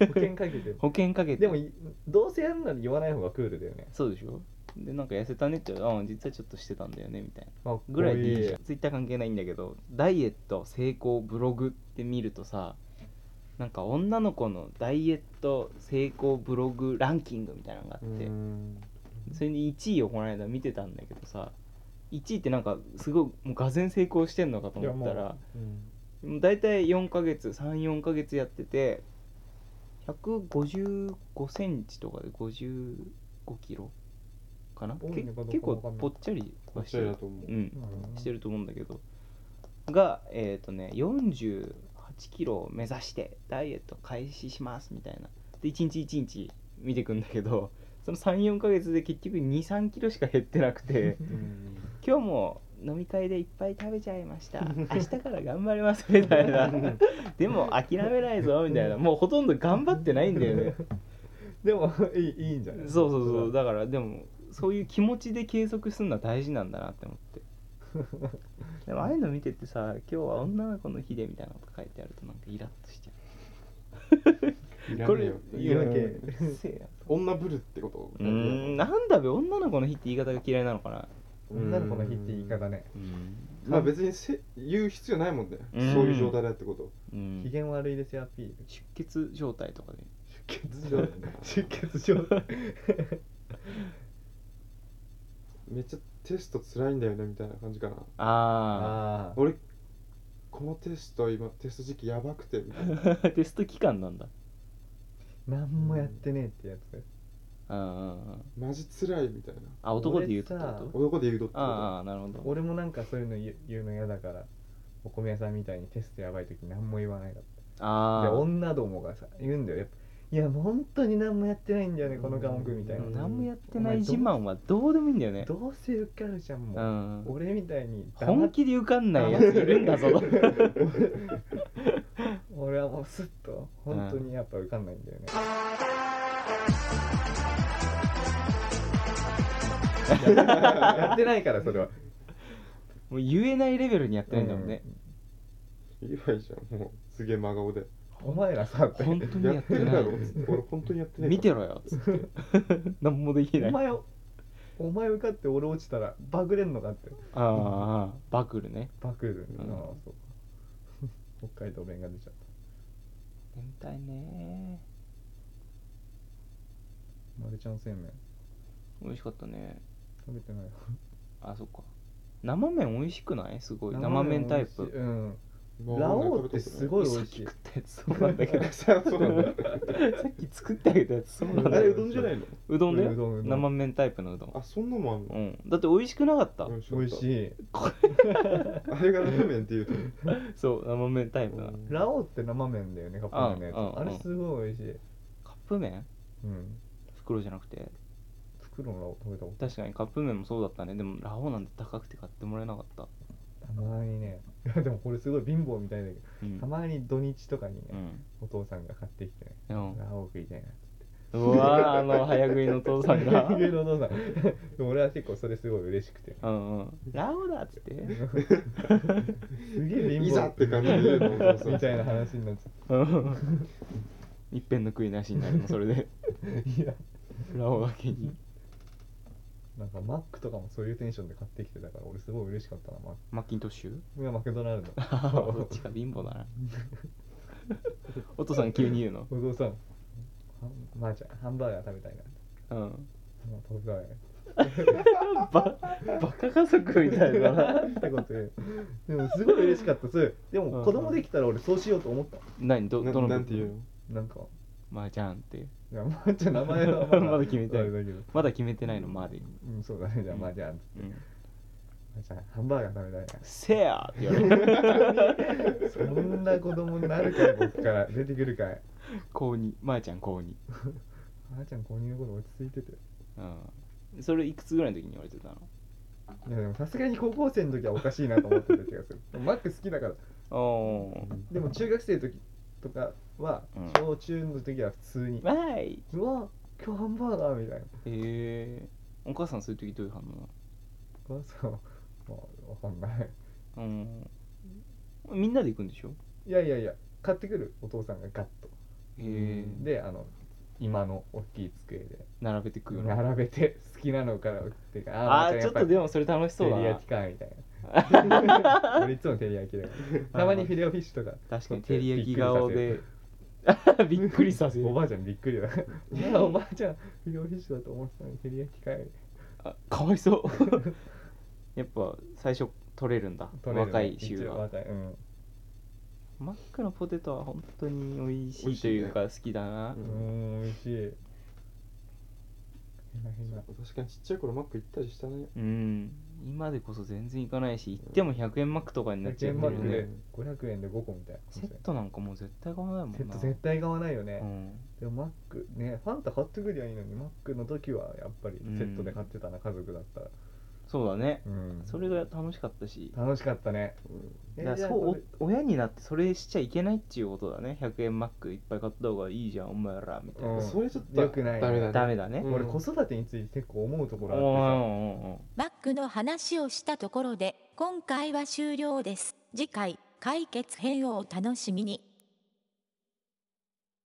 [SPEAKER 3] 保険かけて
[SPEAKER 4] 保険かけて
[SPEAKER 3] でもいどうせやるなら言わない方がクールだよね
[SPEAKER 4] そうでしょでなんか痩せたねって言うあ実はちょっとしてたんだよねみたいな
[SPEAKER 3] かっこ
[SPEAKER 4] ぐらいでいい
[SPEAKER 3] い
[SPEAKER 4] じゃんツイッター関係ないんだけどダイエット成功ブログって見るとさなんか女の子のダイエット成功ブログランキングみたいなのがあ
[SPEAKER 5] う
[SPEAKER 4] って
[SPEAKER 5] ん
[SPEAKER 4] それに1位をこの間見てたんだけどさ1位ってなんかすごいもうがぜ成功してんのかと思った
[SPEAKER 3] いや
[SPEAKER 4] ら
[SPEAKER 3] も
[SPEAKER 4] もう大体4ヶ月34ヶ月やってて155センチとかで55キロかな
[SPEAKER 3] 多い
[SPEAKER 4] け
[SPEAKER 3] のかどうか
[SPEAKER 4] 結構
[SPEAKER 3] わかんない
[SPEAKER 4] ぽっちゃり
[SPEAKER 5] こ
[SPEAKER 4] は
[SPEAKER 5] っ
[SPEAKER 4] し
[SPEAKER 5] ち
[SPEAKER 4] て
[SPEAKER 5] だ
[SPEAKER 4] る
[SPEAKER 5] と思う
[SPEAKER 4] うん
[SPEAKER 3] うん
[SPEAKER 4] してると思うんだけどがえっ、とね48キロを目指してダイエット開始しますみたいなで1日1日見てくんだけどその34ヶ月で結局23キロしか減ってなくて 今日も飲み会でいっぱい食べちゃいました明日から頑張りますみたいなでも諦めないぞみたいなもうほとんど頑張ってないんだよね
[SPEAKER 3] でもいいいいんじゃない
[SPEAKER 4] そうそうそうだ からでもそういう気持ちで継続するのは大事なんだなって思ってでもああいうの見ててさ「今日は女の子の日で」みたいなこと書いてあるとなんかイラッとしちゃうこれ
[SPEAKER 3] 言うだけ
[SPEAKER 4] うっせえな
[SPEAKER 5] 女ぶるってこと
[SPEAKER 4] うーんなんだべ女の子の日って言い方が嫌いなのかな
[SPEAKER 3] 女の子の日って言い方ね
[SPEAKER 4] うん
[SPEAKER 5] まあ別にせ言う必要ないもんね、
[SPEAKER 4] うん
[SPEAKER 5] そういう状態だってこと
[SPEAKER 3] 機嫌悪いですよアピール
[SPEAKER 4] 出血状態とかで
[SPEAKER 3] 出血症出血症
[SPEAKER 5] めっちゃテスト辛いんだよねみたいな感じかな
[SPEAKER 4] あ
[SPEAKER 3] ああ
[SPEAKER 5] 俺このテスト今テスト時期やばくてみたい な
[SPEAKER 4] あテスト期間なんだ
[SPEAKER 3] 何もやってねえってやつ
[SPEAKER 4] ああ
[SPEAKER 5] マジ辛いみたいな
[SPEAKER 4] あ男で言うってこ
[SPEAKER 3] 俺さ
[SPEAKER 4] と
[SPEAKER 5] 男で言うとってこと
[SPEAKER 4] ああなるほど
[SPEAKER 3] 俺もなんかそういうの言う言うの嫌だからお米屋さんみたいにテストやばい時何も言わないだって
[SPEAKER 4] あ
[SPEAKER 3] で
[SPEAKER 4] あ
[SPEAKER 3] 女どもがさ言うんだよやっぱいやもう本当に何もやってないんだよねこの科目みたいな
[SPEAKER 4] もう何もやってない自慢はどうでもいいんだよね
[SPEAKER 3] どうせ受かるじゃん
[SPEAKER 4] う
[SPEAKER 3] もう、
[SPEAKER 4] ん
[SPEAKER 3] 俺みたいに黙っ
[SPEAKER 4] 本気で受かんないやついるんだ ぞ
[SPEAKER 3] 俺はもうスッと本当にやっぱ受かんないん だよね、やってないからそれは
[SPEAKER 4] もう言えないレベルにやってないんだもんね、
[SPEAKER 5] 言えばいいじゃんもうすげえ真顔で
[SPEAKER 3] お前らさって
[SPEAKER 4] 本当に
[SPEAKER 5] や
[SPEAKER 4] や
[SPEAKER 5] っ
[SPEAKER 4] ってて
[SPEAKER 5] る
[SPEAKER 4] な
[SPEAKER 5] だ
[SPEAKER 4] い
[SPEAKER 5] ろ俺本当にやってない
[SPEAKER 4] 見て
[SPEAKER 5] る
[SPEAKER 4] ろよつって 何もできないあ
[SPEAKER 3] お前をお前受かって俺落ちたらバグれんのかって
[SPEAKER 4] あバクるね
[SPEAKER 3] バグるな、
[SPEAKER 4] うん
[SPEAKER 3] ああそう 北海道弁が出ちゃった
[SPEAKER 4] 眠たいね
[SPEAKER 3] マルちゃん製麺
[SPEAKER 4] 美味しかったね
[SPEAKER 3] 食べてない
[SPEAKER 4] あそっか生麺美味しくないすごい生麺タイ
[SPEAKER 3] 美味しい
[SPEAKER 4] プ
[SPEAKER 3] うんラオウってすごい美
[SPEAKER 4] さっ
[SPEAKER 3] 味
[SPEAKER 4] き
[SPEAKER 3] しい
[SPEAKER 4] 食ったやつそうなんだけど
[SPEAKER 5] さ そうなんだ
[SPEAKER 4] さっき作ってあげたやつそうなん
[SPEAKER 5] あ
[SPEAKER 4] だ
[SPEAKER 5] れうどんじゃないの
[SPEAKER 4] うどんだ
[SPEAKER 3] う
[SPEAKER 4] よ
[SPEAKER 3] どんうどん
[SPEAKER 4] 生麺タイプのうどん
[SPEAKER 5] あそんなもんあんの
[SPEAKER 4] うんだって美味しくなかった
[SPEAKER 5] うん
[SPEAKER 3] 美味しい
[SPEAKER 5] あれがラーメンっていうと
[SPEAKER 4] そう生麺タイプな
[SPEAKER 3] ラオウって生麺だよねカップ麺
[SPEAKER 4] うん
[SPEAKER 3] の
[SPEAKER 4] う
[SPEAKER 3] や
[SPEAKER 4] ん
[SPEAKER 3] つあれすごい美味しい
[SPEAKER 4] カップ麺
[SPEAKER 3] うん
[SPEAKER 4] 袋じゃなくて
[SPEAKER 3] 袋のラオウ食べたこ
[SPEAKER 4] 確かにカップ麺もそうだったねでもラオウなんて高くて買ってもらえなかった
[SPEAKER 3] とたまにね でもこれすごい貧乏みたいだけど
[SPEAKER 4] うん
[SPEAKER 3] たまに土日とかにね、
[SPEAKER 4] うん
[SPEAKER 3] お父さんが買ってきてね
[SPEAKER 4] うん
[SPEAKER 3] ラオウ食いたいな
[SPEAKER 4] うわーあの早 食いの父さんが
[SPEAKER 3] 家のお父さん でも俺は結構それすごい嬉し くて
[SPEAKER 4] うんうんラオウだっつって
[SPEAKER 3] すげえ貧乏
[SPEAKER 5] いざって感じで言うのお父さん
[SPEAKER 3] みたいな話になっちゃっ
[SPEAKER 4] うん一遍の食いなしになるのそれで
[SPEAKER 3] ていや
[SPEAKER 4] ラオウだけに
[SPEAKER 3] なんかマックとかもそういうテンションで買ってきてたから俺すごい嬉しかったなマック
[SPEAKER 4] マッキントッシュ
[SPEAKER 3] いやマクドナルド
[SPEAKER 4] あーそっちか貧乏だ なお父さん急に言うの
[SPEAKER 3] お父さんはまあ、ちゃんハンバーガー食べたいな
[SPEAKER 4] うん
[SPEAKER 3] もう食べたい
[SPEAKER 4] ババカ家族みた いだな
[SPEAKER 3] ってことででもすごい嬉しかったそれで
[SPEAKER 4] うんう
[SPEAKER 3] も
[SPEAKER 4] ん
[SPEAKER 3] 子供できたら俺そうしようと思った
[SPEAKER 4] 何ど
[SPEAKER 5] な
[SPEAKER 4] どの
[SPEAKER 5] なんていうの
[SPEAKER 3] なんか
[SPEAKER 4] まあじゃんって
[SPEAKER 3] いやまあちゃん名前はまだ
[SPEAKER 4] まだ決めてない
[SPEAKER 3] あれだけど
[SPEAKER 4] まだ決めてないのまあで、
[SPEAKER 3] うんそうだねじゃあまあじゃあ
[SPEAKER 4] うん、
[SPEAKER 3] まあじゃあハンバーガー食べたい
[SPEAKER 4] せやって言われる
[SPEAKER 3] なそんな子供になるかい僕から出てくるかい
[SPEAKER 4] 高2まあちゃん高2
[SPEAKER 3] まーちゃん購入の頃落ち着いてて
[SPEAKER 4] うんそれいくつぐらいの時に言われてたの
[SPEAKER 3] いやでもさすがに高校生の時はおかしいなと思ってた気がするマック好きだから
[SPEAKER 4] おー
[SPEAKER 3] でも中学生の時とかは、
[SPEAKER 4] うん
[SPEAKER 3] 小中の時は普通に
[SPEAKER 4] わーい
[SPEAKER 3] 「うわ今日ハンバーガー」みたいな
[SPEAKER 4] へえお母さんそういう時どういう反応なの
[SPEAKER 3] お母さんはまあわかんない
[SPEAKER 4] うんみんなで行くんでしょ
[SPEAKER 3] いやいやいや買ってくるお父さんがガッと
[SPEAKER 4] へえ
[SPEAKER 3] であの今の大きい机で
[SPEAKER 4] 並べて食うの
[SPEAKER 3] 並べて好きなのからっていうか
[SPEAKER 4] あ
[SPEAKER 3] まー
[SPEAKER 4] ーちょっと
[SPEAKER 3] やぱ
[SPEAKER 4] でもそれ楽しそう
[SPEAKER 3] 照
[SPEAKER 4] だ
[SPEAKER 3] り
[SPEAKER 4] な
[SPEAKER 3] 焼きかみたいな俺いつも照り焼きだ からたまにフィレオフィッシュとか
[SPEAKER 4] 確かに照り焼き顔でびっくりさせ
[SPEAKER 3] お
[SPEAKER 4] る
[SPEAKER 3] ばあちゃんびっくりだいやおばあちゃんフィレオフィッシュだと思ってたのに照り焼きかい
[SPEAKER 4] あかわいそうやっぱ最初取れるんだ
[SPEAKER 3] 取れるね
[SPEAKER 4] 若い衆
[SPEAKER 3] 一応
[SPEAKER 4] は
[SPEAKER 3] 若いうん
[SPEAKER 4] マックのポテトは本当に美味し
[SPEAKER 5] 美味
[SPEAKER 4] い
[SPEAKER 5] しい
[SPEAKER 4] という
[SPEAKER 5] ね
[SPEAKER 4] か好きだな
[SPEAKER 5] う
[SPEAKER 3] うんん美味しい変な変な
[SPEAKER 5] 確かにちっちゃい頃マック行ったりしたね
[SPEAKER 4] うん今でこそ全然行かないし行っても100円マックとかになっちゃう
[SPEAKER 3] 100
[SPEAKER 4] ん
[SPEAKER 3] 円
[SPEAKER 4] だ
[SPEAKER 3] マ
[SPEAKER 4] よ
[SPEAKER 3] ック
[SPEAKER 4] ね
[SPEAKER 3] で500円で5個みたいな
[SPEAKER 4] セットなんかもう絶対買わないもんな
[SPEAKER 3] セット絶対買わないよね、
[SPEAKER 4] うん
[SPEAKER 3] でもマックねファンタ買ってくりゃいいのにマックの時はやっぱりセットで買ってたな、家族だったら、
[SPEAKER 4] そうだね
[SPEAKER 3] うん、
[SPEAKER 4] それが楽しかったし
[SPEAKER 3] 楽しかったね、
[SPEAKER 4] だ
[SPEAKER 3] え
[SPEAKER 4] から
[SPEAKER 3] じゃあ
[SPEAKER 4] そう
[SPEAKER 3] れ
[SPEAKER 4] お親になってそれしちゃいけないっていうことだね100円マックいっぱい買った方がいいじゃんお前らみたいな、
[SPEAKER 3] うん
[SPEAKER 5] それちょっと
[SPEAKER 3] 良くない
[SPEAKER 5] ダメだね
[SPEAKER 4] ダメだね、
[SPEAKER 5] うん
[SPEAKER 3] 俺子育てについて結構思うとこ
[SPEAKER 4] うん
[SPEAKER 3] ろ
[SPEAKER 4] う
[SPEAKER 3] あって
[SPEAKER 4] ん
[SPEAKER 3] さ
[SPEAKER 4] うんうん
[SPEAKER 6] マックの話をしたところで今回は終了です。次回解決編をお楽しみに。